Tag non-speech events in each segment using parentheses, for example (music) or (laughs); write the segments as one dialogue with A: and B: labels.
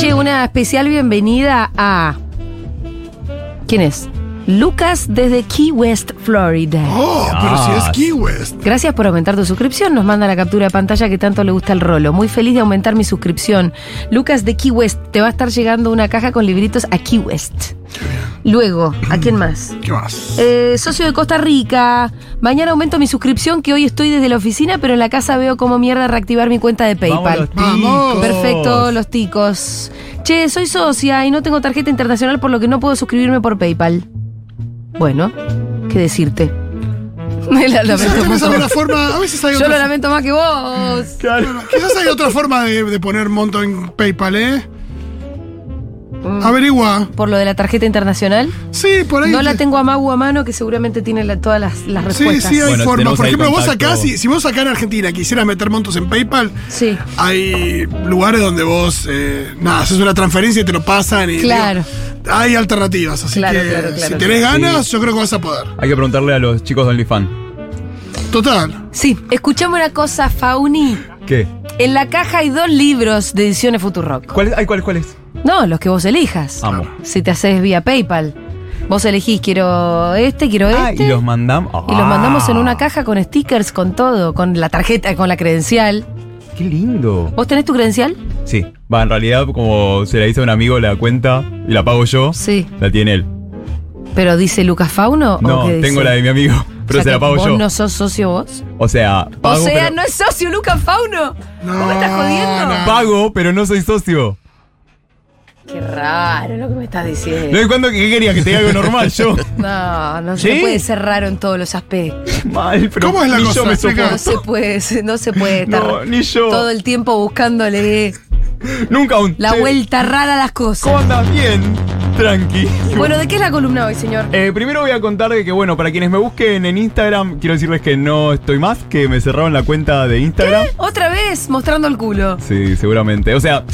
A: Che, una especial bienvenida a. ¿Quién es? Lucas desde Key West, Florida.
B: Oh, pero si es Key West.
A: Gracias por aumentar tu suscripción. Nos manda la captura de pantalla que tanto le gusta el rolo. Muy feliz de aumentar mi suscripción. Lucas de Key West, te va a estar llegando una caja con libritos a Key West. Luego, ¿a quién más?
B: ¿Qué más?
A: Eh, socio de Costa Rica. Mañana aumento mi suscripción, que hoy estoy desde la oficina, pero en la casa veo cómo mierda reactivar mi cuenta de PayPal.
B: Vamos.
A: Perfecto, los ticos. Che, soy socia y no tengo tarjeta internacional, por lo que no puedo suscribirme por PayPal. Bueno, ¿qué decirte? (laughs) Me la
B: Quizás
A: lamento
B: tenés
A: mucho.
B: alguna forma. A veces hay
A: Yo lo
B: otra.
A: lamento más que vos.
B: Quizás hay otra forma de, de poner monto en PayPal, ¿eh? Averigua.
A: Por lo de la tarjeta internacional.
B: Sí, por ahí.
A: No la
B: te-
A: tengo a Magu a mano, que seguramente tiene la- todas las, las
B: Sí,
A: respuestas.
B: sí, hay
C: Bueno,
B: forma.
C: tenemos
B: Por
C: ahí
B: ejemplo, vos
C: contacto.
B: acá, si, si vos acá en Argentina quisieras meter montos en PayPal,
A: Sí.
B: hay lugares donde vos, eh, nada, haces una transferencia y te lo pasan. Y,
A: Claro.
B: digo, hay alternativas, así
A: Claro,
B: que
A: claro, claro.
B: si tenés ganas, yo creo que vas a poder.
C: Hay que preguntarle a los chicos de OnlyFans.
B: Total.
A: Sí, escuchame una cosa, Fauni.
C: ¿Qué?
A: En la caja hay dos libros de ediciones Futurock.
C: ¿Cuál Ah, es? Ay, ¿cuál, cuál es?
A: No, los que vos elijas.
C: Amo.
A: Si te haces vía PayPal. Vos elegís, quiero este, quiero
C: Ah,
A: este.
C: y los Ah. mandamos.
A: y los mandamos en una caja con stickers, con todo, con la tarjeta, con la credencial.
C: Qué lindo.
A: ¿Vos tenés tu credencial?
C: Sí. Va, en realidad, como se la hizo a un amigo la cuenta y la pago yo,
A: Sí.
C: la tiene él.
A: ¿Pero dice Lucas Fauno?
C: No,
A: o qué dice?
C: tengo la de mi amigo, pero
A: O sea
C: se la
A: que
C: pago
A: ¿Vos
C: yo.
A: no sos socio vos?
C: O sea, pago.
A: o sea,
C: pero...
A: no es socio Lucas Fauno. ¿Cómo
B: No,
A: estás jodiendo?
B: no.
C: Pago, pero no soy socio.
A: Qué raro lo que me estás
C: No
A: diciendo.
C: es cuando que quería que te haga algo
A: (laughs)
C: normal yo.
A: No, no se
C: ¿Sí?
A: puede ser raro en todos los aspectos.
C: Mal, pero
B: ¿Cómo es la
C: ni
B: cosa?
C: yo me
B: Explica.
A: No
C: soporto.
A: se puede, ser- no se puede estar
C: No, ni yo.
A: todo el tiempo buscándole
C: Nunca un.
A: la
C: Che,
A: vuelta rara a las
C: ¿Cómo
A: cosas.
C: andas? Bien. Tranqui.
A: Bueno, ¿de qué es la columna hoy, señor?
C: Eh, primero voy a contar de que, bueno, para quienes me busquen en Instagram, quiero decirles que no estoy más, que me cerraron la cuenta de Instagram.
A: Otra vez mostrando el culo.
C: Sí, seguramente. O sea,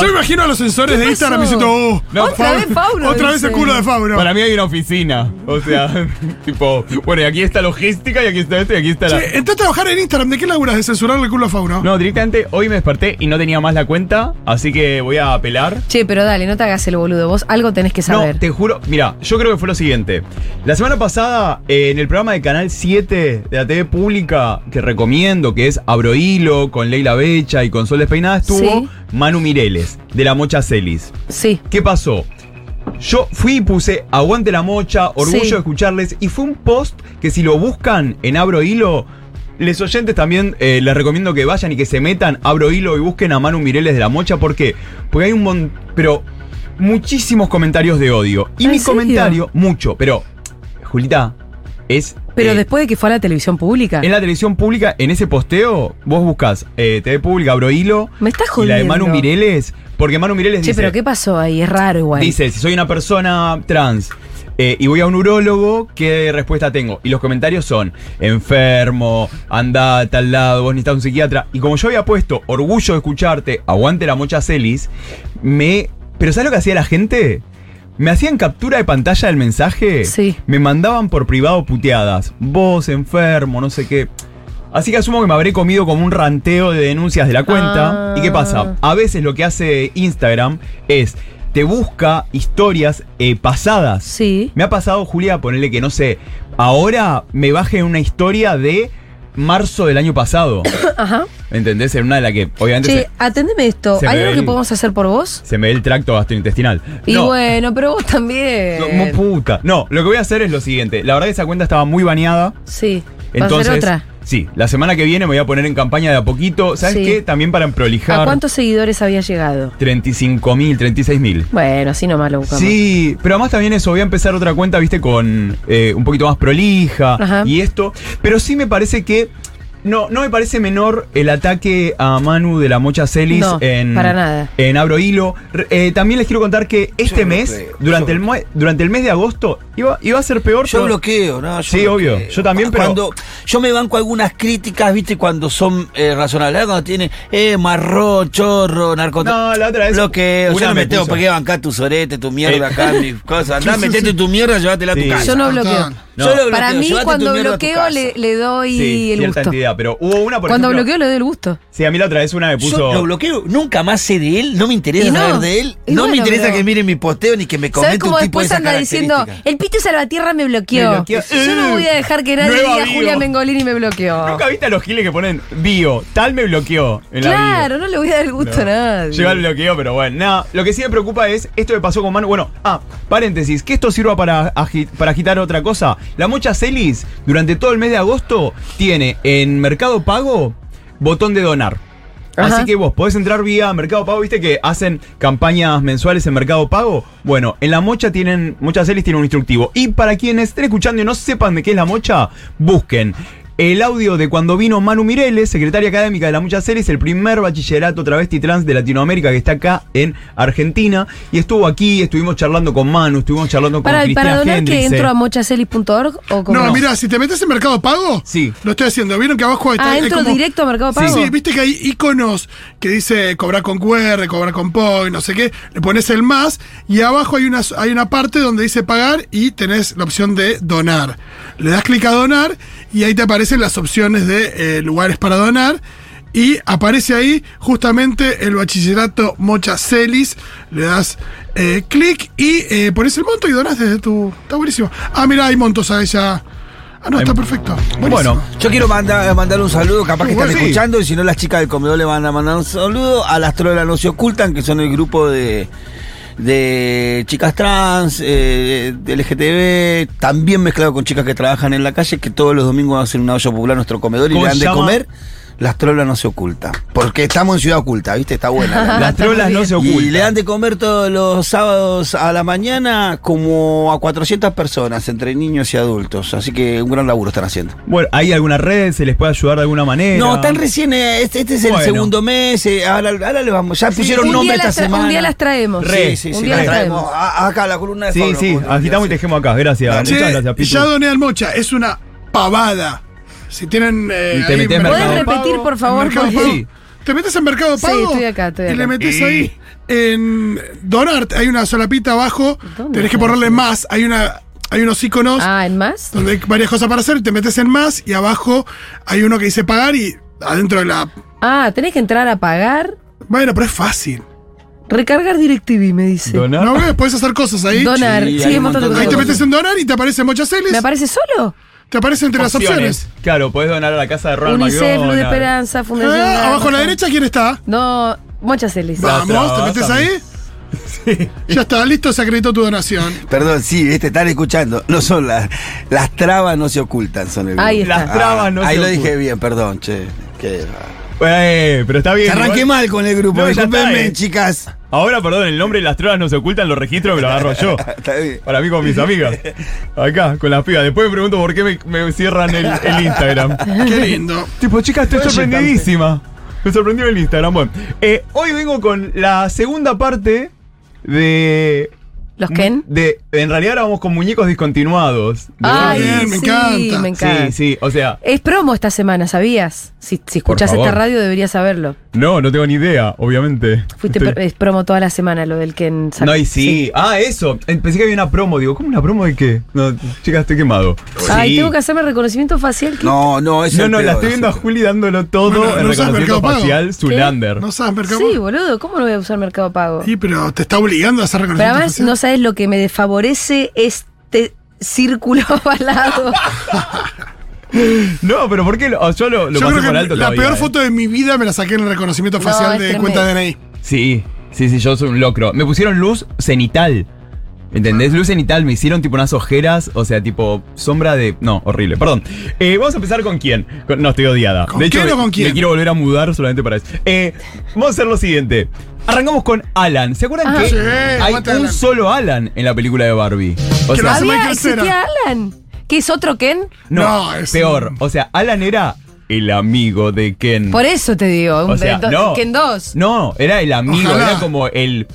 B: Yo imagino a los sensores de
A: pasó?
B: Instagram diciendo, oh,
C: No,
A: Otra
C: Fauno-
A: vez Fauno.
B: otra vez
A: dice.
B: el culo de Fabro.
C: para mí hay una oficina. O sea, (laughs) tipo, bueno, y aquí está logística, y aquí está esto, y aquí está la.
B: Che, entré a trabajar en Instagram, ¿de qué laburas? ¿De censurar el culo a Fauno?
C: No, directamente hoy me desperté y no tenía más la cuenta, así que voy a apelar.
A: Che, pero dale, no te hagas el boludo. Vos algo tenés que saber.
C: No, te juro, mira, yo creo que fue lo siguiente. La semana pasada, eh, en el programa de Canal 7 de la TV Pública, que recomiendo, que es Abro Hilo, con Leila Becha y con Sol Despeinada, estuvo
A: Sí.
C: Manu Mireles, de la Mocha Celis.
A: Sí.
C: ¿Qué pasó? Yo fui y puse Aguante la Mocha, orgullo
A: Sí.
C: de escucharles, y fue un post que si lo buscan en Abro Hilo, les oyentes también eh, les recomiendo que vayan y que se metan a Abro Hilo y busquen a Manu Mireles de la Mocha, ¿por qué? Porque hay un montón, pero muchísimos comentarios de odio. Y
A: ¿En
C: mi
A: serio?
C: comentario, mucho, pero, Julita, es...
A: Pero
C: eh,
A: después de que fue a la televisión pública.
C: En la televisión pública, en ese posteo, vos buscas eh, TV Pública, Abro Hilo,
A: Me estás
C: y
A: jodiendo.
C: la de Manu Mireles, porque Manu Mireles
A: Che,
C: dice...
A: pero ¿qué pasó ahí? Es raro igual.
C: Dice, si soy una persona trans eh, y voy a un urólogo, ¿qué respuesta tengo? Y los comentarios son, enfermo, anda a tal lado, vos necesitas un psiquiatra. Y como yo había puesto, orgullo de escucharte, aguante la mocha celis, me... Pero ¿sabes lo que hacía la gente? Me hacían captura de pantalla del mensaje.
A: Sí.
C: Me mandaban por privado puteadas. Vos, enfermo, no sé qué. Así que asumo que me habré comido como un ranteo de denuncias de la cuenta.
A: Ah.
C: ¿Y qué pasa? A veces lo que hace Instagram es te busca historias eh, pasadas. (coughs)
A: Sí.
C: Me ha pasado, Julia, ponerle que no sé, ahora me baje una historia de marzo del
A: (coughs)
C: año pasado.
A: Ajá.
C: ¿Entendés? En una de la que obviamente
A: Che,
C: se,
A: atendeme esto.
C: se
A: ¿Hay
C: me
A: algo
C: ve
A: que
C: el-
A: podemos hacer por vos?
C: se me ve el tracto gastrointestinal.
A: Y
C: No.
A: bueno, pero vos también.
C: No, mo- puta. No, lo que voy a hacer es lo siguiente. La verdad que esa cuenta estaba muy baneada.
A: sí. ¿Va a
C: Entonces,
A: hacer otra?
C: sí, la semana que viene me voy a poner en campaña de a poquito. ¿Sabes
A: Sí.
C: qué? También para
A: ¿A
C: prolijar.
A: cuántos seguidores había llegado?
C: 35.000, 36.000.
A: Bueno, así nomás lo buscamos.
C: Sí, pero además también eso, voy a empezar otra cuenta, viste, con eh, un poquito más prolija
A: Ajá.
C: y esto. Pero sí me parece que No, no me parece menor el ataque a Manu de la Mocha Celis
A: No,
C: en,
A: para nada.
C: en Abro Hilo. R- eh, también les quiero contar que este
D: no
C: mes,
D: creo,
C: durante,
D: yo
C: el,
D: no
C: mue- durante el mes de agosto, iba, iba a ser peor.
D: Yo
C: pero-
D: bloqueo, ¿no? Yo
C: Sí, obvio.
D: bloqueo.
C: Yo también, pero-
D: Cuando yo me banco algunas críticas, ¿viste? Cuando son eh, razonables. ¿verdad? Cuando tiene, eh, marrón, chorro, narcotráfico.
C: No, la otra vez
D: Bloqueo.
C: una
D: Yo no
C: me
D: me tengo
C: puso.
D: por qué bancar tu sorete, tu mierda
C: Eh.
D: acá, mis
C: (laughs)
D: cosas. Andá,
B: Sí, sí,
D: metete
B: sí.
D: tu mierda, llévatela
C: Sí. Ah,
D: a tu casa.
A: Yo no
B: Cantón.
A: bloqueo.
D: Yo lo bloqueo,
A: Para mí,
D: llévate tu
A: cuando
D: mierda a tu
A: bloqueo,
D: casa.
A: le, le doy
C: Sí,
A: el
C: cierta
A: gusto.
C: entidad. Pero hubo una, por
A: Cuando
C: ejemplo-
A: bloqueo, le doy el gusto.
C: Sí, a mí la otra vez una me puso.
D: Yo lo bloqueo, nunca más sé de él, no me interesa
A: Y no,
D: saber de él,
A: y
D: no me
A: bueno,
D: interesa
A: pero-
D: que miren mi posteo ni que me
A: ¿Sabes
D: comente
A: cómo
D: un tipo
A: después
D: de esas
A: anda diciendo?
D: características.
A: El Pito Salvatierra me bloqueó.
C: Me bloqueó.
A: Yo no voy a dejar que nadie
C: Nueva
A: diga
C: bio.
A: Julia Mengolini me bloqueó.
C: Nunca viste a los giles que ponen bio, tal me bloqueó. En la bio.
A: Claro, no le voy a dar el gusto a nadie.
C: Llega el bloqueo, pero bueno. Nada, lo que sí me preocupa es esto que pasó con Manu. Bueno, ah, paréntesis, que esto sirva para, agi- para agitar otra cosa. La mocha Celis, durante todo el mes de agosto, tiene en Mercado Pago botón de donar.
A: Ajá.
C: Así que vos podés entrar vía Mercado Pago, viste que hacen campañas mensuales en Mercado Pago. Bueno, en la mocha tienen, Mocha Celis tiene un instructivo. Y para quienes estén escuchando y no sepan de qué es la mocha, busquen el audio de cuando vino Manu Mireles, secretaria académica de la Mocha Celis, el primer bachillerato travesti trans de Latinoamérica que está acá en Argentina. Y estuvo aquí, estuvimos charlando con Manu, estuvimos charlando con
A: Para,
C: Cristina
A: para donar que
C: Hendricks,
A: entro
C: eh.
A: a mochacelis.org o Ah, como.
B: No, mira, si te metes en Mercado Pago,
C: Sí.
B: lo estoy haciendo. ¿Vieron que abajo está
A: Ah,
B: hay
A: entro
B: como-
A: directo a Mercado
B: Sí,
A: Pago.
B: sí, viste que hay iconos que dice cobrar con QR, cobrar con POI, no sé qué. Le pones el más y abajo hay una, hay una parte donde dice pagar y tenés la opción de donar. Le das clic a donar y ahí te aparecen las opciones de eh, lugares para donar. Y aparece ahí justamente el bachillerato Mocha Celis. Le das eh, clic y eh, pones el monto y donas desde tu. Está buenísimo. Ah, mira, hay montos a ella. Ah, no,
C: Hay-
B: está perfecto. Buenísimo.
C: Bueno,
D: Yo quiero mandar, mandar un saludo, capaz que
C: Bueno,
D: están
C: sí.
D: escuchando, y si no, las chicas del comedor le van a mandar un saludo a las trolas no se ocultan, que son el grupo de, de chicas trans, eh, de LGTB, también mezclado con chicas que trabajan en la calle, que todos los domingos hacen una olla popular a nuestro comedor y
C: ¿Cómo
D: le dan
C: se
D: de
C: llama?
D: comer. Las trolas no se ocultan, porque estamos en Ciudad Oculta, ¿viste?
C: (laughs)
D: Está buena.
A: Ah,
D: la-
C: las trolas no se ocultan.
D: y le dan de comer todos los sábados a la mañana como a 400 personas, entre niños y adultos. Así que un gran laburo están haciendo.
C: Bueno, ¿hay alguna red? ¿Se les puede ayudar de alguna manera?
D: No, están recién, eh, este, este es el
C: Bueno.
D: segundo mes, eh, ahora, ahora le vamos, ya pusieron
A: un día
D: nombre esta
A: las tra-
D: semana.
A: un día las traemos.
C: Re,
D: Sí, sí,
A: un
D: sí,
A: día
D: las
A: las
D: traemos.
A: traemos.
D: A- acá la columna de
C: Sí,
D: Fabro,
C: sí,
D: columna,
C: agitamos y
D: sí.
C: tejemos acá, gracias.
B: Che,
C: Muchas gracias, Pitu.
B: ya doné al mocha, es una pavada. Si tienen. eh,
C: Y te
B: ahí
C: metés en
B: Mercado
C: ¿Puedes
A: repetir,
B: Pago,
A: por favor,
B: en Mercado
A: porque-
B: Pago,
C: Sí.
B: Te metes en Mercado
A: Sí,
B: Pago.
A: estoy acá, estoy
B: Y
A: acá.
B: le metes ahí en Donar. Hay una solapita abajo.
A: ¿Dónde
B: Tenés que
A: está
B: ponerle
A: eso?
B: más. Hay una. Hay unos iconos
A: Ah, ¿en más?
B: donde hay varias cosas para hacer. Te metes en más y abajo hay uno que dice pagar y adentro de la.
A: Ah, tenés que entrar a pagar.
B: Bueno, pero es fácil.
A: Recargar DirecTV, me dice.
C: ¿Donar?
B: No ves, puedes hacer cosas ahí.
A: Donar.
D: Sí,
A: Sí, hay
D: hay un
A: un montón de
D: montón de
B: Ahí te
D: cosas.
A: cosas.
B: metes en Donar y te aparece Mocha Celis.
A: ¿Me aparece solo?
B: Te aparece entre las opciones.
C: Claro, podés donar a la casa de Ronald
A: UNICEF, Luz de
C: McDonald.
A: Esperanza, Fundación.
B: Ah,
A: Nada,
B: abajo a la
A: no.
B: derecha, ¿quién está?
A: No, muchas hélices.
C: Va.
B: Vamos, te
C: trabaja,
B: metes
C: mi-
B: ahí. Ya está, listo, se acreditó tu donación.
D: Perdón, sí, este, están escuchando. No son las. Las trabas no se ocultan, son el.
A: Ahí
D: grupo. Ah,
A: está.
C: Las trabas no
D: Ahí
C: se
D: lo
C: ocultan.
D: dije bien, perdón, che. Que,
C: Eh, pero está bien.
D: arranqué
C: igual.
D: mal con el grupo,
C: No, ya está,
D: disculpenme,
C: eh.
D: chicas.
C: Ahora, perdón, el nombre de las trolas no se ocultan, lo registro que lo agarro yo.
D: (laughs) Está bien.
C: Para mí con mis amigas. Acá, con las pibas. Después me pregunto por qué me, me cierran el,
B: (laughs)
C: el Instagram. (laughs)
B: Qué lindo.
C: Tipo, chicas, estoy sorprendidísima. Me sorprendió el Instagram. Bueno, eh, hoy vengo con la segunda parte de...
A: ¿Los Ken?
C: De, en realidad ahora vamos con muñecos discontinuados. De-
A: Ay,
B: Bien, me
A: sí,
B: encanta.
A: me encanta.
C: Sí, sí, o sea...
A: Es promo esta semana, ¿sabías? Si, si
C: Por
A: escuchás
C: favor.
A: esta radio deberías saberlo.
C: No, no tengo ni idea, obviamente.
A: Fuiste
C: Estoy-
A: pro- es promo toda la semana lo del Ken. Sa-
C: No, y sí. Ah, eso. Eh, Pensé que había una promo. Digo, ¿cómo una promo de qué? No, chicas, estoy quemado.
A: Ay,
C: pues Sí.
A: tengo que hacerme reconocimiento facial. ¿qué?
D: No, no, eso
C: No, no, la estoy viendo a Juli dándolo todo
B: Bueno,
C: en
B: no usas
C: reconocimiento
B: Mercado Pago.
C: facial, Zulander.
B: No sabes, mercado.
A: Sí, boludo, ¿cómo no voy a usar Mercado Pago?
B: Sí, pero te está obligando a hacer
A: Pero
B: reconocimiento.
A: además
B: facial.
A: no sabes lo que me desfavorece este círculo (laughs)
C: (laughs)
A: ovalado.
C: No, pero ¿por qué? lo- yo lo, lo
B: Yo
C: pasé
B: creo que
C: por alto
B: la
C: todavía,
B: peor
C: eh.
B: foto de mi vida me la saqué en el reconocimiento
A: No,
B: facial
A: es
B: de
A: tremendo.
B: cuenta DNI.
C: Sí, sí, sí, yo soy un locro. Me pusieron luz cenital. ¿Entendés? Luz cenital, me hicieron tipo unas ojeras, o sea, tipo sombra de... No, horrible, perdón. Eh, vamos a empezar con quién. Con- No, estoy odiada.
B: ¿Con
C: de
B: quién
C: me-
B: o con quién?
C: Me quiero volver a mudar solamente para eso. Eh, vamos a hacer lo siguiente. Arrancamos con Alan. ¿Se acuerdan
A: Ah.
C: que
B: Sí,
C: hay un
B: aguante Alan.
C: solo Alan en la película de Barbie? O
B: Que lo
C: sea,
B: hace
A: ¿Había,
B: Michael Cera.
A: existía Alan? ¿Que es otro Ken?
C: no,
B: No, es
C: peor. O sea, Alan era el amigo de Ken.
A: Por eso te digo, un,
C: O sea,
A: do-
C: no,
A: que en dos.
C: No, era el amigo,
B: Ojalá.
C: era como el.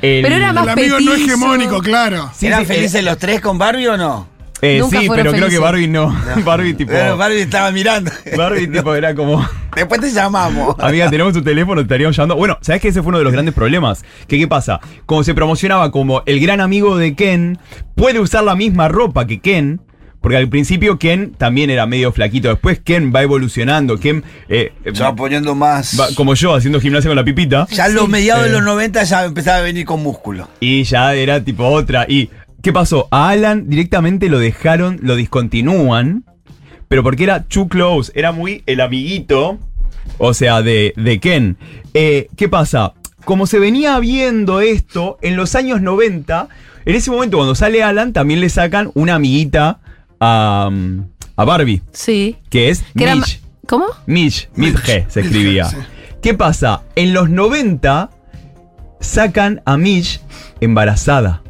C: el-
A: Pero era más-
B: El amigo no
A: petizo.
B: hegemónico, claro.
C: Sí,
D: ¿Eran
C: sí,
D: felices los tres con Barbie o no?
C: eh,
A: Nunca
C: sí,
A: fueron
C: pero creo que
A: felices.
C: Barbie no. (laughs) Barbie tipo.
D: Pero Barbie estaba mirando.
C: Barbie tipo era como.
D: Después te llamamos.
C: Amiga, tenemos tu teléfono, te estaríamos llamando. Bueno, ¿sabes que ese fue uno de los grandes problemas? Que qué pasa? Como se promocionaba como el gran amigo de Ken, puede usar la misma ropa que Ken. Porque al principio Ken también era medio flaquito. Después Ken va evolucionando. Ken, eh,
D: Se va poniendo más.
C: va- como yo, haciendo gimnasia con la pipita.
D: Ya en los mediados
C: Eh.
D: de los 90 ya empezaba a venir con músculo.
C: Y ya era tipo otra. ¿Y qué pasó? A Alan directamente lo dejaron, lo discontinúan. Pero porque era too close, era muy el amiguito, o sea, de, de Ken. Eh, ¿Qué pasa? Como se venía viendo esto en los años 90, en ese momento cuando sale Alan, también le sacan una amiguita a, mm, a Barbie,
A: Sí.
C: que es
A: Que era ma-
C: Mitch.
A: ¿Cómo?
C: Mitch,
B: Mitch,
C: Mitge
B: Mitge,
C: se escribía.
B: sí.
C: ¿Qué pasa? En los 90 sacan a Mitch embarazada.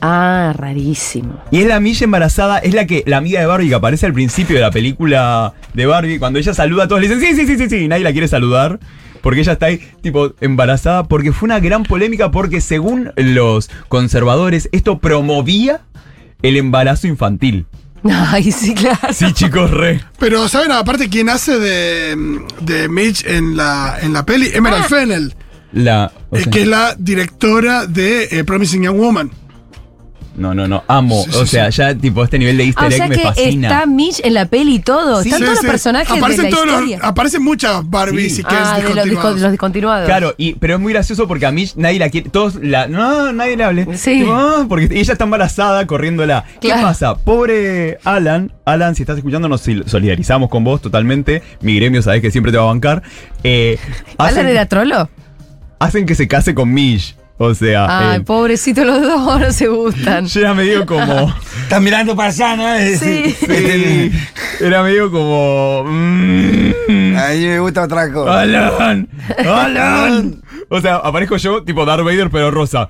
A: Ah, rarísimo.
C: Y es la Mitch embarazada, es la que la amiga de Barbie que aparece al principio de la película de Barbie, cuando ella saluda a todos, le dicen, sí, sí, sí, sí, sí, y nadie la quiere saludar. Porque ella está ahí, tipo, embarazada, porque fue una gran polémica, porque según los conservadores, esto promovía el embarazo infantil.
A: (laughs) Ay, sí, claro.
B: (laughs)
C: Sí, chicos, re.
B: Pero, ¿saben aparte quién hace de, de Mitch en la, en la peli?
A: Ah.
B: Emerald Fennel,
C: La. o
B: eh,
C: sea-
B: que es la directora de eh, Promising Young Woman.
C: No, no, no, amo.
B: Sí, sí,
C: o sea, ya tipo este nivel de
A: Ah,
C: easter
A: o
C: egg
A: sea
C: me
A: que
C: fascina.
A: está Mitch en la peli y todo.
C: Sí,
A: Están
B: Sí,
A: todos
B: sí.
A: los personajes
B: aparecen
A: de la
B: todos los-
A: historia.
B: aparecen muchas Barbies
C: Sí.
B: y Kens
A: ah, de los, disco-
B: discontinuados.
A: los discontinuados.
C: Claro, y, pero es muy gracioso porque a mí nadie la quiere. Todos la. No, nadie le hable.
A: Sí.
C: Tipo, ah, porque ella está embarazada corriéndola.
A: Claro.
C: ¿Qué pasa? Pobre Alan. Alan, si estás escuchando, nos sil- solidarizamos con vos totalmente. Mi gremio, sabés que siempre te va a bancar. Eh,
A: (laughs) ¿Alan
C: hacen,
A: era trolo?
C: hacen que se case con Mish. O sea.
A: Ay,
C: eh,
A: pobrecito los dos, no se gustan.
C: yo era medio como.
D: Estás mirando para allá, ¿no?
A: (laughs)
D: (laughs)
A: Sí.
C: sí, (laughs) era medio como. mm,
D: A mí me gusta otra cosa.
C: Alan, Alan. O sea, aparezco yo tipo Darth Vader pero rosa.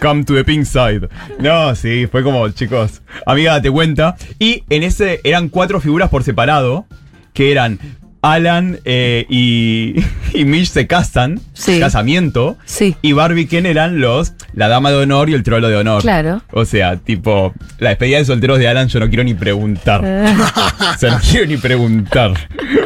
C: Come to the pink side. No, sí, fue como, chicos, amiga, date cuenta. Y en ese eran cuatro figuras por separado, que eran Alan eh, y, (laughs) y Mitch se casan,
A: Sí.
C: casamiento,
A: Sí.
C: y Barbie Ken eran los, la dama de honor y el trolo de honor.
A: Claro.
C: O sea, tipo, la despedida de solteros de Alan yo no quiero ni preguntar.
A: Ah.
C: (laughs) O sea, no quiero ni preguntar.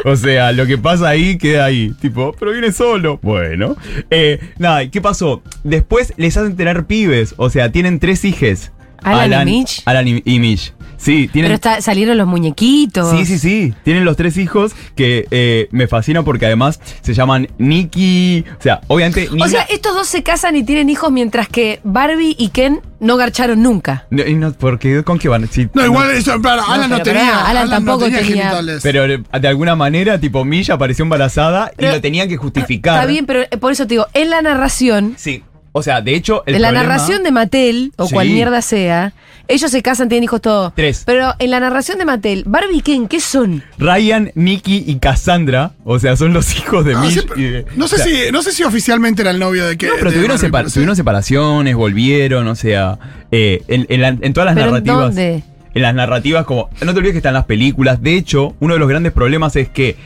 C: O sea, lo que pasa ahí queda ahí. Tipo, pero viene solo. Bueno. Eh, nada, ¿y ¿qué pasó? Después les hacen tener pibes. O sea, tienen tres hijes.
A: ¿Alan y Mitch?
C: Alan y, y Mitch. Sí, tienen.
A: Pero está- salieron los muñequitos.
C: Sí, sí, sí. Tienen los tres hijos que eh, me fascina porque además se llaman Nicky. O sea, obviamente.
A: O
C: Nina-
A: sea, estos dos se casan y tienen hijos mientras que Barbie y Ken no garcharon nunca.
C: No, y no, porque ¿con qué van? Si-
B: No, igual eso, claro, Alan no,
A: pero
B: tenía.
A: pará, Alan
B: no
A: tampoco tenía.
B: genitales.
C: Pero eh, de alguna manera, tipo, Milla apareció embarazada y
A: Pero-
C: lo tenían que justificar.
A: Está bien, pero eh, por eso te digo, en la narración,
C: Sí. O sea, de hecho, el
A: en la
C: problema-
A: narración de Mattel, o
C: Sí.
A: cual mierda sea, ellos se casan, tienen hijos todo.
C: Tres.
A: Pero en la narración de Mattel, Barbie y Ken, ¿qué son?
C: Ryan, Nicky y Cassandra, o sea, son los hijos de
B: Ah,
C: Mitch.
B: sí,
C: y de-
B: pero- no sé
C: eh, o sea,
B: si, no sé si oficialmente era el novio de que.
C: no, pero
B: de
C: tuvieron,
B: Barbie,
C: separ-
B: pero sí.
C: tuvieron separaciones, volvieron, o sea, eh, en, en la- en todas las
A: ¿Pero en
C: narrativas.
A: dónde?
C: En las narrativas, como. No te olvides que están las películas. De hecho, uno de los grandes problemas es que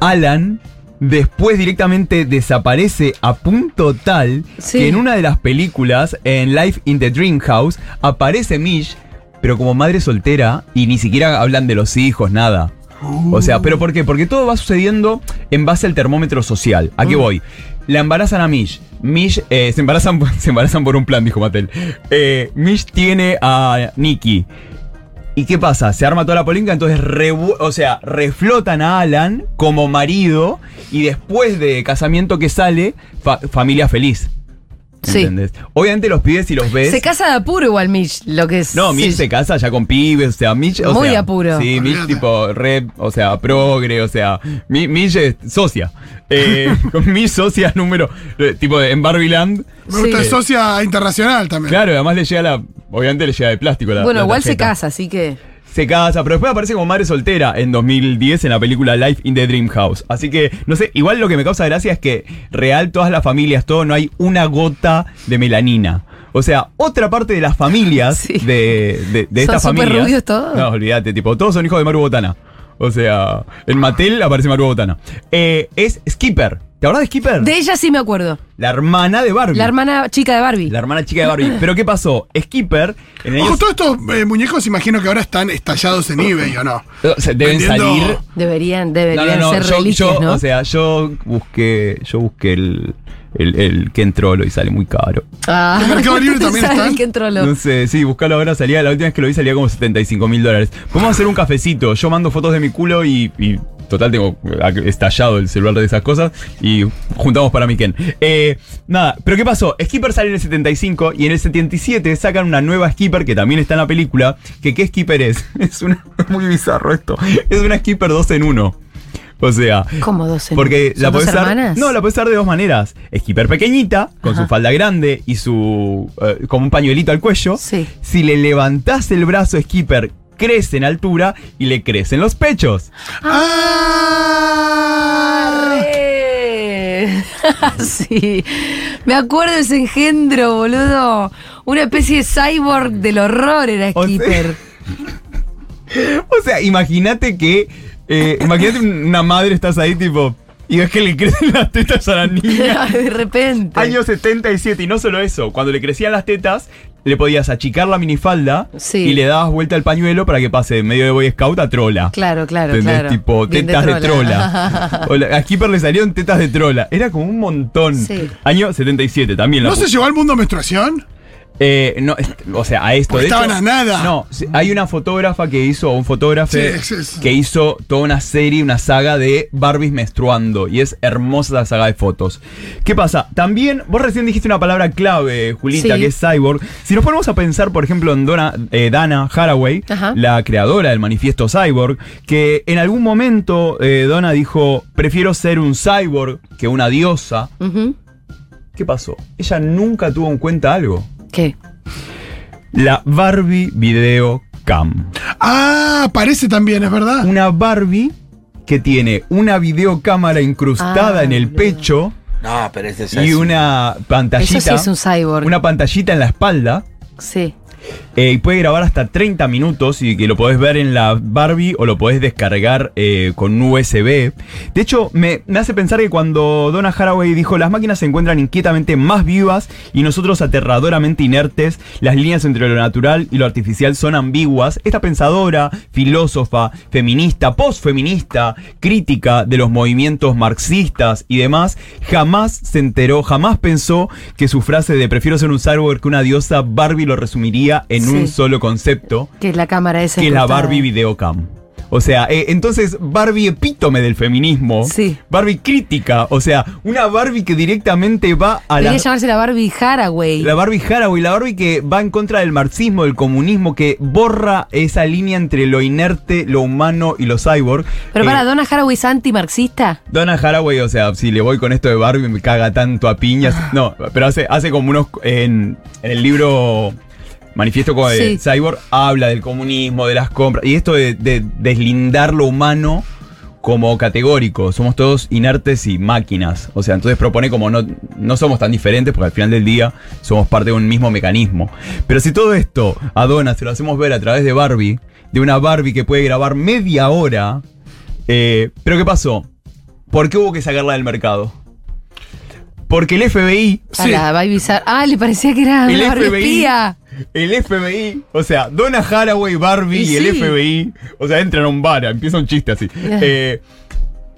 C: Alan después directamente desaparece a punto tal
A: Sí.
C: que en una de las películas, en Life in the Dream House, aparece Mish, pero como madre soltera y ni siquiera hablan de los hijos, nada. O sea, ¿pero por qué? Porque todo va sucediendo en base al termómetro social. ¿A qué voy? La embarazan a Mish. Mish, eh, se, embarazan, (laughs) se embarazan por un plan, dijo Mattel. Eh, Mish tiene a Nikki. ¿Y qué pasa? Se arma toda la polinca, entonces revu- o sea, reflotan a Alan como marido y después de casamiento que sale, fa- familia feliz.
A: Sí.
C: ¿Entendés? Obviamente los pibes si los ves.
A: Se casa de apuro igual, Mitch, lo que es.
C: no, Mitch
A: sí.
C: se casa ya con pibes, o sea, Mitch. O
A: Muy
C: sea,
A: apuro.
C: Sí, Mitch
B: Olvídate.
C: tipo red, o sea, progre, o sea, Mi- Mitch es socia.
A: (laughs)
C: Eh, con Mitch socia número, eh, tipo en Barbie Land.
B: Me gusta
A: Sí.
B: es socia internacional también.
C: Claro, además le llega la, obviamente le llega de plástico la
A: Bueno,
C: la
A: igual se
C: tarjeta.
A: casa, así que.
C: Se casa, pero después aparece como madre soltera en 2010 en la película Life in the Dream House. Así que, no sé, igual lo que me causa gracia es que real todas las familias, todo, no hay una gota de melanina. O sea, otra parte de las
A: (laughs)
C: familias
A: Sí.
C: de, de, de
A: Son
C: estas
A: súper
C: familias.
A: rubios todos.
C: No, olvídate, tipo, todos son hijos de Maru Botana. O sea, en Mattel aparece Maru Botana. Eh, es Skipper. ¿Te acordás de Skipper?
A: De ella sí me acuerdo.
C: La hermana de Barbie.
A: La hermana chica de Barbie.
C: La hermana chica de Barbie. Pero ¿qué pasó? Skipper. En el
B: Ojo, todos estos eh, muñecos imagino que ahora están estallados en eBay, ¿o no?
C: o sea, deben
B: Vendiendo-
C: salir.
A: Deberían, deberían ser
C: yo,
A: reliquias,
C: yo,
A: ¿no?
C: O sea, yo busqué, yo busqué el, el, el Ken Trollo y sale muy caro.
A: Ah,
B: ¿En Mercado
A: (laughs)
B: Libre también
A: ¿saben
B: están?
A: qué entró lo-
C: No sé, sí, buscalo ahora, salía, la última vez que lo vi salía como 75 mil dólares. Vamos a hacer un cafecito, yo mando fotos de mi culo y, y, total tengo estallado el celular de esas cosas y juntamos para mi Ken. Eh, nada, pero ¿qué pasó? Skipper sale en el 75 y en el 77 sacan una nueva Skipper que también está en la película, que ¿qué Skipper es? (laughs) Es una, muy bizarro esto, es una Skipper 2 en 1. O sea,
A: ¿Cómo dos en-
C: porque
A: ¿Son
C: la
A: dos
C: podés usar.
A: hermanas?
C: No, la podés usar de dos maneras. Skipper pequeñita, con
A: Ajá.
C: su falda grande y su. eh, como un pañuelito al cuello.
A: Sí.
C: Si le levantás el brazo, Skipper crece en altura y le crecen los pechos.
B: ¡Ah!
A: Eh, (laughs) sí. Me acuerdo de ese engendro, boludo. Una especie de cyborg del horror era
C: O sea-
A: Skipper.
C: (laughs)
A: (laughs)
C: O sea, imagínate que. eh, imagínate un- una madre, estás ahí tipo. Y ves que le crecen las tetas a la niña.
A: de repente.
C: Año 77, y no solo eso, cuando le crecían las tetas, le podías achicar la minifalda
A: Sí.
C: y le dabas vuelta al pañuelo para que pase de medio de Boy Scout a trola.
A: Claro, claro,
C: ¿Entendés?
A: claro.
C: Tipo,
A: Bien
C: tetas de
A: (laughs)
C: trola. O la- a Skipper le salieron tetas de trola. Era como un montón.
A: Sí.
C: Año 77 también. La
B: ¿No
C: pu-
B: se llevó al mundo menstruación?
C: Eh, no, est- o sea, a esto.
B: Porque
C: de
B: estaban
C: hecho-
B: a nada.
C: No, si- hay una fotógrafa que hizo, o un fotógrafo
B: Sí, es- es-
C: que hizo toda una serie, una saga de Barbies menstruando. Y es hermosa la saga de fotos. ¿Qué pasa? También, vos recién dijiste una palabra clave, Julita,
A: Sí.
C: que es cyborg. Si nos ponemos a pensar, por ejemplo, en Donna, eh, Dana Haraway,
A: Ajá.
C: la creadora del manifiesto cyborg, que en algún momento eh, Donna dijo: Prefiero ser un cyborg que una diosa.
A: Ujú.
C: ¿Qué pasó? Ella nunca tuvo en cuenta algo.
A: ¿Qué?
C: La Barbie Video Cam.
B: Ah, aparece también, es verdad.
C: Una Barbie que tiene una videocámara incrustada
A: Ah,
C: en el
A: boludo.
C: pecho
D: No, pero ese es
C: y una pantallita.
A: Eso sí es un cyborg.
C: una pantallita en la espalda.
A: Sí.
C: eh, y puede grabar hasta 30 minutos y que lo podés ver en la Barbie o lo podés descargar eh, con un USB. De hecho, me, me hace pensar que cuando Donna Haraway dijo las máquinas se encuentran inquietamente más vivas y nosotros aterradoramente inertes, las líneas entre lo natural y lo artificial son ambiguas, esta pensadora, filósofa, feminista, postfeminista, crítica de los movimientos marxistas y demás, jamás se enteró, jamás pensó que su frase de prefiero ser un cyborg que una diosa Barbie lo resumiría en
A: Sí.
C: un solo concepto,
A: Que es la cámara esa.
C: que es la
A: incrustada.
C: Barbie videocam. O sea, eh, entonces Barbie epítome del feminismo.
A: Sí.
C: Barbie crítica. O sea, una Barbie que directamente va a la...
A: Debería llamarse la Barbie Haraway.
C: La Barbie Haraway, la Barbie que va en contra del marxismo, del comunismo, que borra esa línea entre lo inerte, lo humano y lo cyborg.
A: Pero
C: Eh,
A: para, ¿Donna Haraway es antimarxista?
C: Donna Haraway, o sea, si le voy con esto de Barbie, me caga tanto a piñas. No, pero hace, hace como unos. En, en el libro Manifiesto con
A: Sí.
C: Cyborg, habla del comunismo, de las compras. Y esto de, de deslindar lo humano como categórico. Somos todos inertes y máquinas. O sea, entonces propone como no, no somos tan diferentes, porque al final del día somos parte de un mismo mecanismo. Pero si todo esto a Donna se lo hacemos ver a través de Barbie, de una Barbie que puede grabar media hora. eh, pero ¿qué pasó? ¿Por qué hubo que sacarla del mercado? Porque el FBI.
A: A
B: Sí.
A: la Barbie Sar- Ah, le parecía que era
C: El
A: una Barbie
C: FBI.
A: espía.
C: El FBI. O sea, Donna Haraway, Barbie y,
A: Y
C: el
A: sí.
C: FBI. O sea, entran a un bar, empieza un
A: (laughs)
C: chiste así. Eh,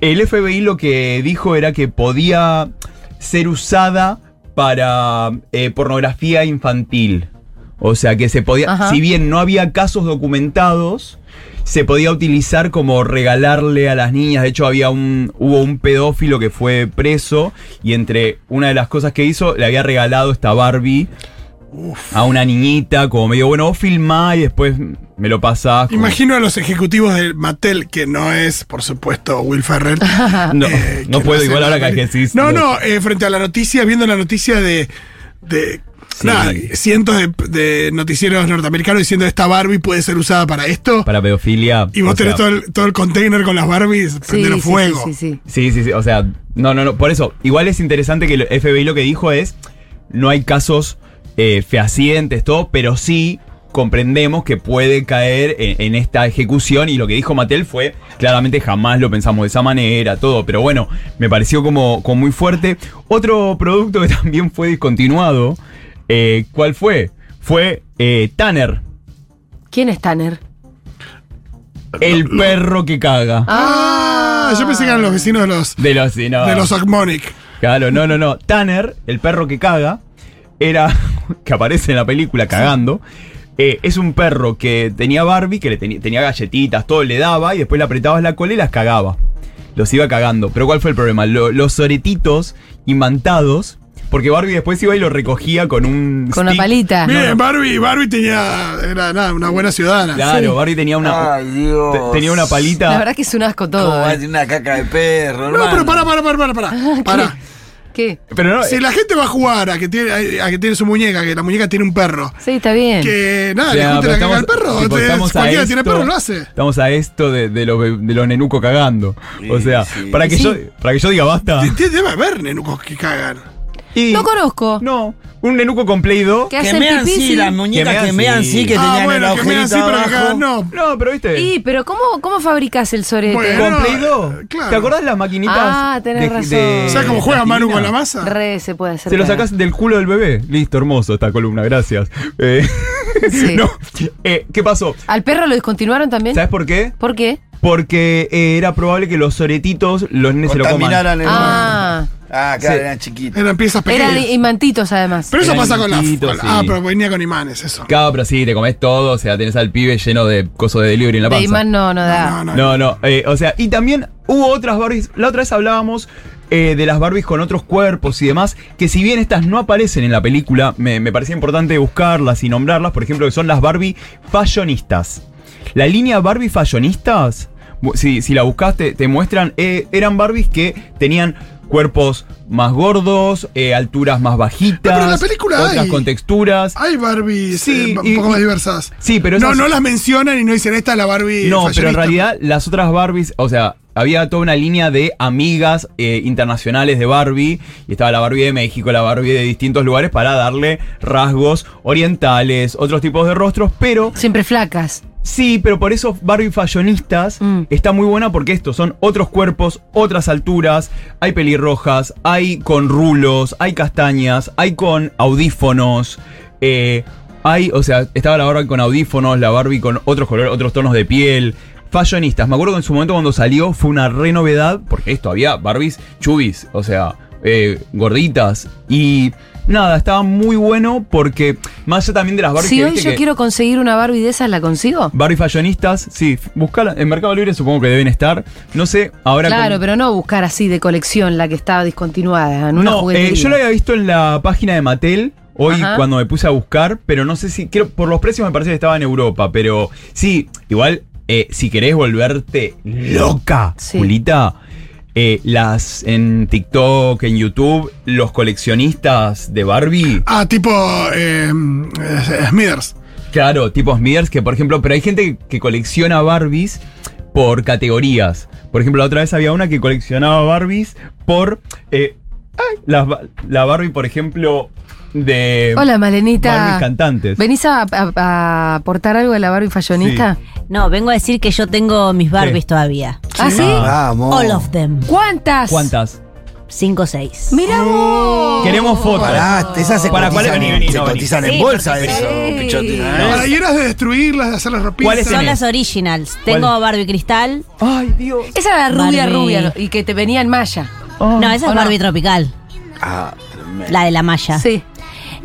C: el FBI lo que dijo era que podía ser usada para eh, pornografía infantil. O sea, que se podía.
A: Ajá.
C: Si bien no había casos documentados se podía utilizar como regalarle a las niñas. De hecho, había un, hubo un pedófilo que fue preso y entre una de las cosas que hizo, le había regalado esta Barbie a una niñita, como medio, bueno, vos filmá y después me lo pasás. como-
B: Imagino a los ejecutivos de Mattel, que no es, por supuesto, Will Ferrell.
C: (laughs) No,
B: eh,
C: no
B: que
C: puedo
B: hace
C: igual
B: la
C: ahora que
B: peli-
C: decís.
B: No, no, eh, frente a la noticia, viendo la noticia de. de
C: Sí.
B: nada, cientos de, de noticieros norteamericanos diciendo esta Barbie puede ser usada para esto.
C: Para pedofilia.
B: y vos
C: o
B: tenés
C: sea,
B: todo el, todo el container con las Barbies, prendelo
A: sí,
B: fuego.
A: Sí, sí, sí.
C: Sí, sí, sí. O sea, no, no, no. Por eso, igual es interesante que el FBI lo que dijo es: no hay casos eh, fehacientes, todo, pero sí comprendemos que puede caer en, en esta ejecución y lo que dijo Matel fue, claramente jamás lo pensamos de esa manera, todo, pero bueno, me pareció como, como muy fuerte. Otro producto que (laughs) también fue discontinuado, eh, ¿cuál fue? Fue eh, Tanner,
A: ¿Quién es Tanner?
C: el perro que caga.
B: Ah, yo pensé que eran los vecinos de los,
C: De los, sí, no.
B: de los Acmonic.
C: Claro, no, no, no. Tanner, el perro que caga, era. (laughs) que aparece en la película cagando. eh, es un perro que tenía Barbie, que le teni- tenía galletitas, todo le daba, y después le apretabas la cola y las cagaba. Los iba cagando. Pero ¿cuál fue el problema? Lo- los oretitos imantados, porque Barbie después iba y lo recogía con un.
A: Con una
C: stick.
A: palita.
B: Miren, Barbie, Barbie tenía, era nada, una buena ciudadana.
C: Claro, Barbie tenía una.
D: Ay, Dios.
C: te- tenía una palita.
A: La verdad que es un asco
D: Como
A: todo.
D: va a
A: ¿eh?
D: tener una caca de perro,
B: No,
D: hermano.
B: pero pará, pará, pará,
A: (laughs)
B: pará, pará. Pará.
A: ¿Qué?
C: Pero no. eh.
B: Si la gente va a jugar a que tiene, a que tiene su muñeca, que la muñeca tiene un perro,
A: Sí, está bien.
B: que nada,
C: Ya,
B: le junte
C: pero
B: Ah, la caca al
C: estamos-
B: perro.
C: tipo,
B: te-
C: estamos a
B: cualquiera tiene
C: esto-
B: perro, lo hace.
C: Estamos a esto de, de los be- de los nenucos cagando. o
D: Sí,
C: sea,
D: sí.
C: Para, que
A: Sí.
C: yo, para que yo diga basta.
B: Te- te- Debe haber nenucos que cagan.
C: Y-
A: No conozco.
C: No, un nenuco con Play 2.
A: ¿Qué
D: Que
A: hacen
D: mean
A: pipí?
D: sí,
A: sí.
D: las muñecas que mean sí, que
B: Ah,
D: tenían el
B: bueno, que me
D: agujerito
B: así, pero que
D: abajo.
B: cagan no.
C: No, pero viste.
A: Y, pero ¿cómo, cómo fabricás el sorete?
B: Bueno.
C: Con
B: no, eh,
C: Play 2.
B: claro.
C: ¿Te acordás las maquinitas?
A: Ah, tenés razón.
B: O
C: Eh,
B: sea, como juega Manu con la
C: mano.
B: masa.
A: Re, se puede hacer.
C: Se lo
A: cagar.
C: sacás del culo del bebé. Listo, hermoso esta columna, gracias. Eh, (laughs)
A: Sí. ¿Eh?
C: no, eh, ¿Qué pasó?
A: ¿Al perro lo descontinuaron también?
C: ¿Sabes por qué?
A: ¿Por qué?
C: Porque eh, era probable que los soretitos los nenes se lo coman.
D: Contaminaran el-
A: Ah,
D: Ah, claro,
C: Sí. Eh,
D: eran chiquitos.
B: Eran piezas
A: eran
B: pequeñas.
A: imantitos además.
B: Pero eso
C: eran
B: pasa con la.
C: limpitos,
B: con la- Ah,
C: sí.
B: pero venía con imanes, eso.
C: Claro, pero sí, te comés todo, o sea, tenés al pibe lleno de cosas de delivery en la
A: de
C: panza.
A: imán no, no da.
B: No, no,
C: No, no, eh, o sea, y también hubo otras Barbies, la otra vez hablábamos eh, de las Barbies con otros cuerpos y demás, que si bien estas no aparecen en la película, me, me parecía importante buscarlas y nombrarlas, por ejemplo, que son las Barbie fashionistas. La línea Barbie fashionistas, bu- si, si la buscaste, te muestran, eh, eran Barbies que tenían cuerpos más gordos, eh, alturas más bajitas,
B: No, pero en la película
C: otras
B: hay.
C: con texturas.
B: Hay Barbies
C: Sí,
B: eh, un
C: y-
B: poco más
C: y-
B: diversas.
C: Sí, pero
B: no,
C: esas-
B: no las mencionan y no dicen esta es la Barbie.
C: No, pero en
B: fashionista".
C: realidad las otras Barbies, o sea, había toda una línea de amigas eh, internacionales de Barbie. Y estaba la Barbie de México, la Barbie de distintos lugares para darle rasgos orientales, otros tipos de rostros. Pero
A: Siempre flacas.
C: sí, pero por eso Barbie Fashionistas
A: Mm.
C: está muy buena porque estos son otros cuerpos, otras alturas. Hay pelirrojas, hay con rulos, hay castañas, hay con audífonos. eh, hay, o sea, estaba la Barbie con audífonos, la Barbie con otros colores, otros tonos de piel. Fashionistas. Me acuerdo que en su momento cuando salió fue una re novedad, porque esto había Barbies chubis, o sea, eh, gorditas. Y nada, estaba muy bueno porque más allá también de las Barbies
A: si
C: que
A: hoy
C: viste
A: yo
C: que-
A: quiero conseguir una Barbie de esas, ¿la consigo?
C: Barbies fashionistas, sí, f- buscala. En Mercado Libre supongo que deben estar. No sé, ahora.
A: Claro,
C: con-
A: pero no buscar así de colección la que estaba discontinuada en una
C: No, eh,
A: juguetería.
C: yo la había visto en la página de Mattel hoy
A: Ajá.
C: cuando me puse a buscar, pero no sé si. Creo, por los precios me parece que estaba en Europa, pero sí, igual, eh, si querés volverte loca,
A: Sí.
C: Julita. eh, las en TikTok, en YouTube, los coleccionistas de Barbie.
B: Ah, tipo. Eh, eh, Smithers.
C: Claro, tipo Smithers, que por ejemplo, pero hay gente que colecciona Barbies por categorías. Por ejemplo, la otra vez había una que coleccionaba Barbies por. eh, ay, las ba- la, Barbie, por ejemplo, de.
A: Hola, Malenita.
C: Barbies cantantes.
A: ¿Venís a, a- a aportar algo de la Barbie fashionista?
E: No, vengo a decir que yo tengo mis Barbies todavía.
A: ¿Ah, sí?
C: Ah.
D: Vamos.
E: All of them.
A: ¿Cuántas?
C: ¿Cuántas?
E: Cinco o seis.
A: Mirá
E: Oh.
A: vos.
C: Queremos fotos.
D: Pará, esas se
C: Para, ¿cuál
D: cotizan,
C: es? Vení,
D: en,
C: vení,
D: se
C: no, vení.
D: cotizan en
E: Sí,
D: bolsa
E: porque-
D: eso,
A: Sí.
D: pichote.
C: No.
B: Ahora, y eras de destruirlas, de hacerlas ropitas.
C: ¿Cuál es
E: Son
C: tenés?
E: las originals. Tengo
C: ¿Cuál?
E: Barbie Cristal.
C: Ay, Dios.
A: Esa era la rubia,
E: Barbie.
A: rubia, ¿no? y que te venía en malla.
C: Ah.
E: No, esa
A: ¿O
E: es
A: Oh, no?
E: Barbie Tropical.
D: Ah, tremendo.
E: La de la malla.
A: Sí.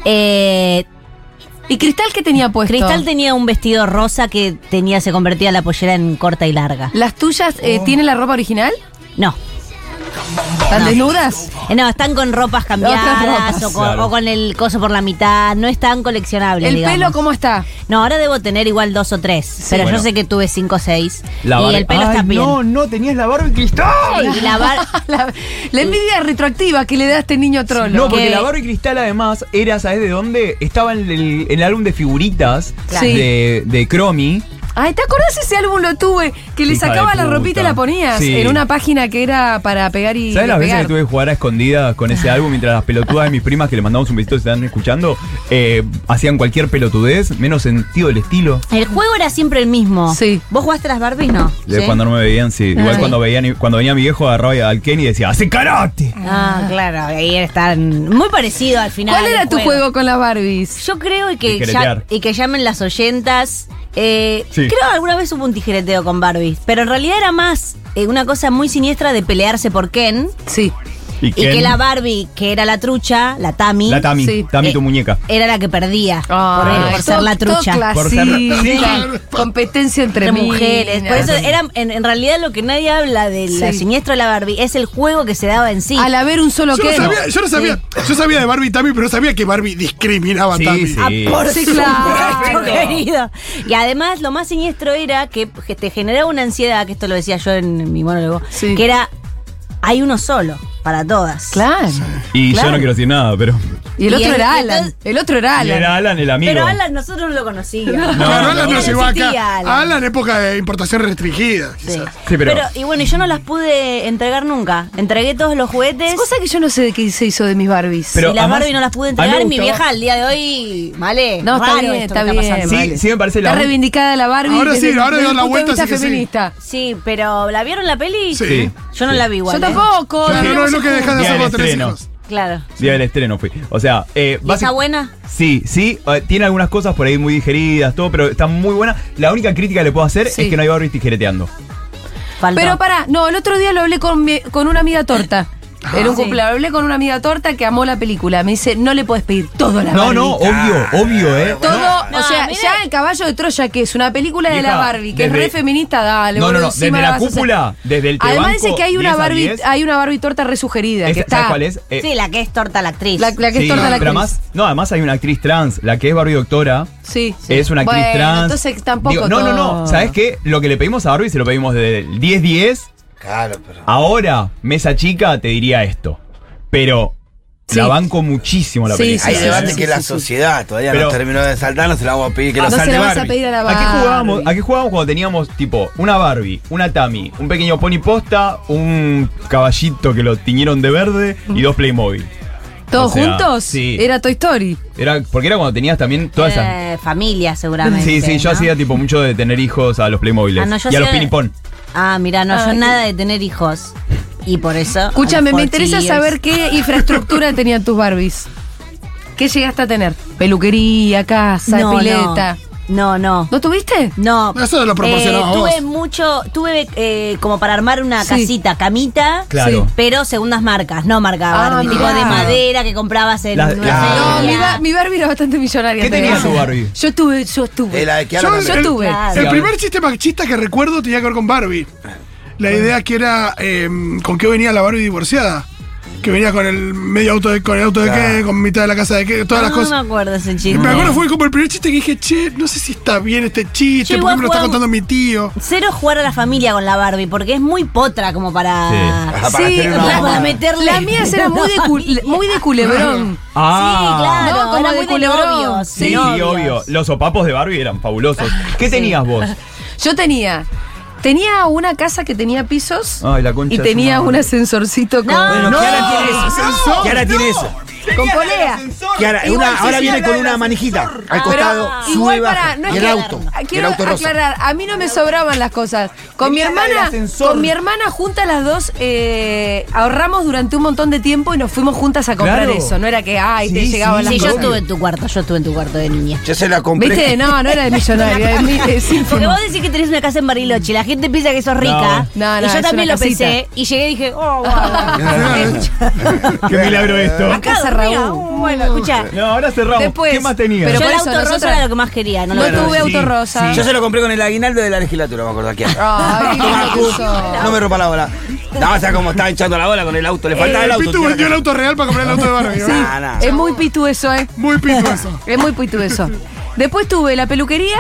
E: Eh,
A: ¿Y Cristal qué tenía puesto?
E: Cristal tenía un vestido rosa que tenía, se convertía la pollera en corta y larga.
A: ¿Las tuyas eh,
E: Oh.
A: tienen la ropa original?
E: No.
A: ¿Están desnudas?
E: Eh, No, están con ropas cambiadas
A: ropas.
E: o con,
C: Claro.
E: o con el coso por la mitad. No están coleccionables.
A: ¿El
E: digamos.
A: pelo cómo está?
E: No, ahora debo tener igual dos o tres. pero
C: Bueno.
E: yo sé que tuve cinco o seis.
C: La
E: y
C: Barbie-
E: el pelo
C: Ay,
E: está bien.
C: No, no, tenías la Barbie cristal.
E: Y
A: (laughs)
E: la bar-
A: La, la envidia retroactiva que le da a este niño trolo.
C: No, porque
E: Que-
C: la Barbie Cristal además era, ¿sabes de dónde? Estaba en el, en el álbum de figuritas
A: Claro.
C: de, de Cromi.
A: Ay, ¿te acordás ese álbum lo tuve? Que le
C: Hija
A: sacaba
C: de
A: la
C: puta.
A: ropita y la ponías
C: Sí.
A: en una página que era para pegar y.
C: ¿Sabes las veces que
A: pegar.
C: tuve que jugar a escondidas con ese álbum mientras las pelotudas de mis primas que le mandamos un besito se están escuchando eh, hacían cualquier pelotudez, menos sentido del estilo?
E: El juego era siempre el mismo.
A: Sí.
E: ¿Vos jugaste las Barbies? No.
C: De cuando no me veían, sí. Igual
A: Ay.
C: cuando veían cuando venía mi viejo agarraba al Kenny y decía, ¡hace karate!
E: Ah, claro, ahí están muy parecido al final.
A: ¿Cuál era
E: del
A: tu juego con las Barbies?
E: Yo creo y que,
C: Tijeretear.
E: ya- y que llamen las oyentas. eh,
C: Sí.
E: Creo que alguna vez hubo un tijereteo con Barbies, pero en realidad era más eh, una cosa muy siniestra de pelearse por Ken.
A: Sí.
C: Y,
E: Y
C: Ken-
E: que la Barbie, que era la trucha, la Tami,
C: La Tami,
A: Sí.
C: Tami tu
E: Eh,
C: muñeca.
E: era la que perdía por,
A: Ay,
E: por ser
A: Ah. todo-
E: la
A: todo
E: trucha.
C: Por ser la-
A: clasista,
C: Sí.
A: Competencia entre,
E: Entre mujeres. Por eso era, en, en realidad lo que nadie habla de la
A: Sí.
E: siniestra de la Barbie es el juego que se daba en sí.
A: Al haber un solo
B: Yo no
A: que.
B: sabía, yo no sabía, yo sabía de Barbie y Tammy, pero no sabía que Barbie discriminaba
C: Sí,
B: a Tammy.
C: sí.
E: Ah, por
A: Sí,
E: supuesto,
A: claro.
E: querido. Y además lo más siniestro era que que te generaba una ansiedad, que esto lo decía yo en mi monólogo,
A: Sí.
E: que era hay uno solo para todas.
A: Claro.
C: Y
A: claro.
C: yo no quiero decir nada, pero.
A: Y el
E: Y
A: otro
E: el-
A: era
E: y
A: Alan.
E: entonces-
A: El otro era
C: Y
A: Alan.
C: era Alan el amigo.
E: Pero Alan nosotros no lo conocíamos.
C: No,
B: claro,
C: no,
B: Alan no,
C: no
B: llegó
E: existía
B: acá.
E: Alan.
B: Alan. época de importación restringida.
E: Sí.
B: quizás.
C: Sí, pero-
E: y bueno, y yo no las pude entregar nunca. Entregué todos los juguetes
A: Cosa que yo no sé de qué se hizo de mis Barbies.
C: Pero-
E: y las
C: además,
E: Barbie no las pude
C: a mí me
E: entregar. Y mi
C: gustaba-
E: vieja al día de hoy, vale,
A: no, está
E: raro
A: bien,
E: esto
A: está
E: que
A: bien.
E: pasando.
C: Sí, sí me parece la
A: Está
C: un-
A: reivindicada la Barbie.
B: Ahora sí,
A: desde-
B: ahora
A: desde
B: dio
A: el
B: la
A: punto de
B: vuelta,
A: vista
B: sí que sí.
A: feminista.
E: Sí, pero ¿la vieron la peli?
B: Sí.
C: Sí.
E: Yo no
C: Sí.
E: la vi igual.
A: Yo
E: ¿eh?
A: tampoco.
B: Claro,
A: no
B: no es lo que
A: sé
B: dejás de
C: Día
B: hacer
C: del
B: con tres
C: estreno.
B: hijos.
E: Claro.
C: Día del estreno fui. O sea, eh,
E: ¿Y está
C: básic-
E: buena?
C: Sí, sí, eh, tiene algunas cosas por ahí muy digeridas, todo, pero está muy buena. La única crítica que le puedo hacer
A: Sí.
C: es que no hay Barbie tijereteando.
E: Faltó.
A: Pero pará, no, el otro día lo hablé con, mi- con una amiga torta.
B: Ah,
A: En un
E: Sí.
A: cumpleaños, hablé con una amiga torta que amó la película. Me dice, no le puedes pedir todo a la
C: No,
A: Barbie.
C: no, obvio, obvio, ¿eh?
A: Todo,
E: No,
A: o sea,
E: mira.
A: ya el caballo de Troya, que es una película de la
C: Vieja,
A: Barbie, que es
C: desde-
A: re feminista, dale.
C: No, no,
A: boludo,
C: no,
A: encima
C: desde la
A: vas a hacer-
C: cúpula, desde el
A: Además
C: tebanco,
A: dice que hay
C: 10
A: una
C: a
A: Barbie,
C: 10.
A: hay una Barbie torta resugerida, que
C: Esa-
A: está.
C: ¿Sabes cuál es? Eh,
E: sí, la que es torta la actriz.
A: La, la que es
C: sí,
A: torta la
C: pero
A: actriz.
C: además, no, además hay una actriz trans, la que es Barbie Doctora.
A: Sí.
C: Es una actriz
A: Bueno,
C: trans.
A: Entonces tampoco.
C: Digo, no, no, no.
A: todo.
C: ¿Sabes qué? Lo que le pedimos a Barbie se lo pedimos desde el 10-10.
D: Claro, pero.
C: Ahora, mesa chica, te diría esto. Pero la
A: Sí.
C: banco muchísimo la
A: Sí,
C: película.
D: Hay
A: sí,
D: debate
A: sí,
D: que
A: sí,
D: la
A: sí, sí.
D: sociedad todavía
C: Pero-
D: no terminó de saltar, no se la vamos a pedir que
A: No
D: lo
A: se
D: salte
A: la vas a
D: Barbie.
A: pedir a la
C: ¿A
A: Barbie.
C: qué jugábamos? ¿A qué jugábamos cuando teníamos tipo una Barbie, una Tami, un pequeño pony posta, un caballito que lo tiñeron de verde y dos Playmobil?
A: ¿Todos
C: O sea,
A: juntos?
C: sí.
A: Era Toy Story.
C: Era porque era cuando tenías también todas esas.
E: Eh, familia, seguramente.
C: Sí, sí, yo
E: ¿no?
C: hacía tipo mucho de tener hijos a los Playmobiles
E: Ah, no, yo
C: y a los
E: hacía-
C: pinipón.
E: Ah, mira, no,
A: Ah,
E: yo
A: qué-
E: nada de tener hijos. Y por eso.
A: Escúchame,
E: a los
A: me interesa
E: 40
A: saber qué infraestructura (laughs) tenían tus Barbies. ¿Qué llegaste a tener? Peluquería, casa,
E: no,
A: pileta.
E: No, no.
A: No. tuviste?
E: No. Eh,
B: Eso lo proporcionaba vos.
E: tuve mucho, tuve eh, como para armar una
A: Sí.
E: casita, camita,
C: Claro.
E: sí, pero segundas marcas, no marca
A: Ah,
E: Barbie, tipo
A: mirá.
E: de madera que comprabas en
C: La-
E: una
C: la-
E: feria.
D: Ah,
A: No, mi, ba- mi Barbie era bastante millonaria.
C: ¿Qué
A: te
C: tenía
A: digo.
C: tu Barbie?
A: Yo tuve, yo tuve.
D: Eh, la de que
B: Yo,
D: hablan
B: el,
D: de-
A: Yo tuve.
E: Claro.
B: el
C: Sí,
B: primer
C: ahora-
B: chiste machista que recuerdo tenía que ver con Barbie. La idea que era eh, con qué venía la Barbie divorciada. Que venía con el medio auto de, con el auto de
D: Claro.
B: qué, con mitad de la casa de qué, todas
E: no,
B: las cosas.
E: Ah, no me acuerdo ese
B: Y
E: chiste.
B: me acuerdo fue como el primer chiste que dije, che, no sé si está bien este chiste,
E: Yo
B: porque
E: igual
B: me lo está
E: jugaba-
B: contando mi tío.
E: Cero jugar a la familia con la Barbie, porque es muy potra como para.
D: Ah, para
A: sí,
D: hacer una
A: la-
D: obra.
E: para meterle.
A: Las mías eran muy de,
E: (laughs)
A: cul- muy de culebrón.
E: Sí, claro,
A: No, como
E: era
A: de
E: muy de
A: culebrón.
E: novios,
C: Ah. Sí,
E: de novios.
C: obvio. Los sopapos de Barbie eran fabulosos. ¿Qué tenías vos?
A: Yo tenía. Tenía una casa que tenía pisos
C: Ay, la concha
A: y
C: de
A: tenía
C: su
A: un
C: madre.
A: ascensorcito con,
D: Bueno,
E: No,
D: Kiara tiene eso.
B: no,
D: Kiara tiene eso.
A: con polea.
D: Kiara,
A: Igual
D: una-
A: sí,
D: ahora
A: sí,
D: viene
A: habla
D: con
A: del
D: una manijita al costado,
A: Pero Ah.
D: sube
A: igual
D: y baja.
A: para, no
D: y
A: es
D: el
A: que- ah,
D: auto. y el
A: Quiero
D: auto rosa.
A: aclarar, a mí no me sobraban las cosas. Con mi
C: Tenía la del
A: hermana,
C: ascensor.
A: con mi hermana juntas las dos eh, ahorramos durante un montón de tiempo y nos fuimos juntas a comprar
C: Claro.
A: eso. No era que ay te
C: Sí,
A: llegaban
C: sí.
A: las
E: Sí, yo
A: cosas.
E: estuve en tu cuarto, yo estuve en tu cuarto de niña.
D: Yo se la compré.
A: Viste, no, no era de millonario, de mi- de
E: Porque
A: sínfimo.
E: vos decís que tenés una casa en Bariloche, la gente piensa que sos rica.
A: No, no,
E: y
A: es
E: yo también
A: una
E: lo
A: casita.
E: pensé y llegué y dije,
A: (laughs)
E: oh, wow.
C: Qué milagro esto.
A: Acá se
E: dormía.
A: Raúl.
E: uh, Bueno, escucha.
C: No, ahora cerramos.
A: Después,
C: ¿Qué más tenías?
A: pero
E: Yo
A: por
E: el
A: eso
E: auto rosa
A: nosotras-
E: era lo que más quería, no,
A: No
E: lo logré.
A: tuve
C: sí,
A: auto rosa.
D: Yo se lo compré con el aguinaldo de la legislatura, me acuerdo aquí.
A: (laughs) Ay, qué
D: Toma,
A: lindo que
D: Cu.
A: sos.
D: No me rompa la bola. No, o sea, como estaba hinchando la bola con el
A: Eh,
D: auto. Le faltaba el
B: El
D: auto.
B: Eh, Pitu
D: tía.
B: vendió el auto real para comprar el auto de
A: (laughs)
B: Barbie. ¿verdad?
D: Nah, nah.
A: Es muy pitu eso, eh.
B: Muy Pitu eso.
A: Es muy pitu eso. Después tuve la peluquería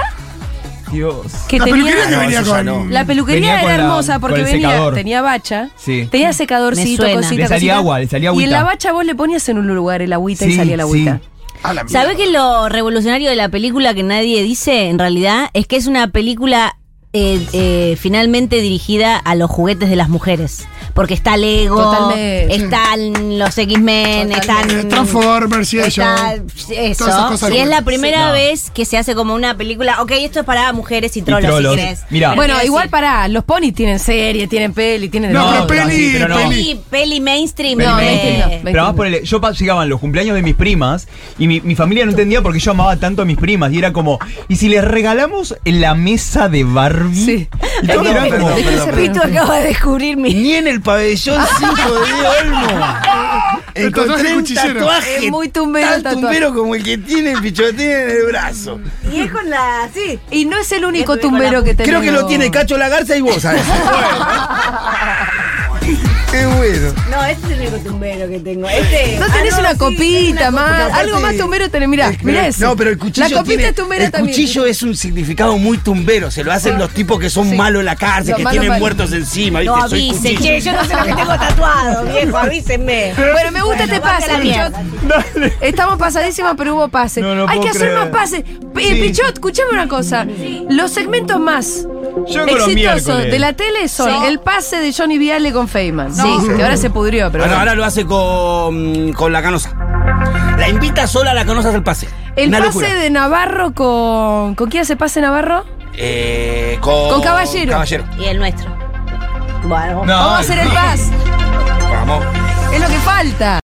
C: Dios.
A: que
B: La
A: tenía.
B: peluquería que
D: No,
B: venía
D: eso ya
B: con...
D: no.
A: La peluquería
C: Venía con
A: era
C: la-
A: hermosa porque
C: con el
A: venía,
C: secador.
A: tenía bacha,
C: Sí.
A: tenía secadorcito,
E: Me suena.
A: cosita,
C: Le salía
A: cosita.
C: agua, le salía
A: Y en
C: agüita.
A: la bacha vos le ponías en un lugar el agüita y
C: Sí,
A: salía la
C: sí.
A: agüita.
B: A la mierda.
E: ¿Sabés que lo revolucionario de la película que nadie dice en realidad es que es una película eh, eh, finalmente dirigida a los juguetes de las mujeres? Porque está Lego,
A: Totalmente.
E: están los X-Men,
B: Eh,
A: Totalmente.
E: están
B: Transformers y eso.
E: está- eso.
B: Todas esas cosas
E: Y es la
B: que-
E: primera
C: Sí, no.
E: vez que se hace como una película. Ok, esto es para mujeres y trolos,
C: trolos.
E: si querés.
C: Mirá.
E: Pero
A: Bueno,
E: quiero
A: igual
E: decir,
A: pará, los ponis tienen serie, tienen peli, tienen... de
B: No,
A: todo.
B: pero peli,
C: sí, pero no.
B: peli.
E: Peli, peli mainstream.
C: Peli
E: eh,
A: No,
C: mainstream.
A: mainstream no.
C: Pero además ponele, yo pa- llegaban los cumpleaños de mis primas y mi, mi familia no entendía por qué yo amaba tanto a mis primas. Y era como, ¿y si les regalamos la mesa de Barbie?
A: Sí. (laughs)
C: Y todos eran como,
D: Perdón, perdón, perdón.
E: Pito acaba de descubrir mi
D: Ni en
A: (laughs)
D: el pabellón 5 de Diego Olmo.
B: El tatuaje
D: Encontré un
B: cuchillero.
D: tatuaje
A: Es muy tumbero el
D: tan
A: tatuaje.
D: tumbero como el que tiene el pichotín en el brazo.
E: Y es con la. Sí.
A: Y no es el único
E: Estuve con
A: tumbero
E: la-
A: que tenemos.
D: Creo que lo tiene Cacho la Garza y vos, ¿sabes? Qué bueno.
E: No, este es el único tumbero que tengo. Este.
A: No tenés
E: Ah,
A: una
E: sí,
A: copita
E: tengo una
A: más,
D: Aparte,
A: Ah, algo más tumbero tenés, mirá,
D: el-
A: mirá eso.
D: No, pero el cuchillo.
A: La copita
D: tiene-
A: es tumbera
D: El
A: también. Ah.
D: cuchillo es un significado muy tumbero. Se lo hacen los tipos que son
A: Sí.
D: malos en la cárcel,
A: Los
D: que
A: malos,
D: tienen
A: malos.
D: muertos encima.
E: No
D: ¿viste? Soy
E: avisen,
D: cuchillo.
E: che, yo no sé lo que tengo tatuado, viejo, avísenme.
A: Bueno, me gusta este
E: Bueno, vamos a la
A: pase,
E: mierda.
A: Pichot.
C: (laughs)
A: Estamos pasadísimas, pero hubo pase.
C: No, no
A: Hay
C: puedo
A: que hacer
C: creer.
A: más pases. P- eh,
C: Sí.
A: Pichot, escuchame una cosa. Los segmentos más
C: yo con los
A: exitosos
C: miércoles.
A: de la tele son
E: Sí.
A: el pase de Johnny Viale con Feynman.
E: Sí.
A: Que ahora se pudrió,
C: Ah,
A: pero.
D: Ahora,
A: bueno.
D: ahora lo hace con, con la canosa. La invita sola a la canosa al pase.
A: El
D: Una
A: pase
D: locura.
A: de Navarro con. ¿Con quién hace pase Navarro?
D: Eh, con,
A: Con Caballero.
D: Caballero.
E: Y el nuestro. Bueno.
C: No,
A: Vamos a hacer el pase.
D: Vamos.
A: Es lo que falta.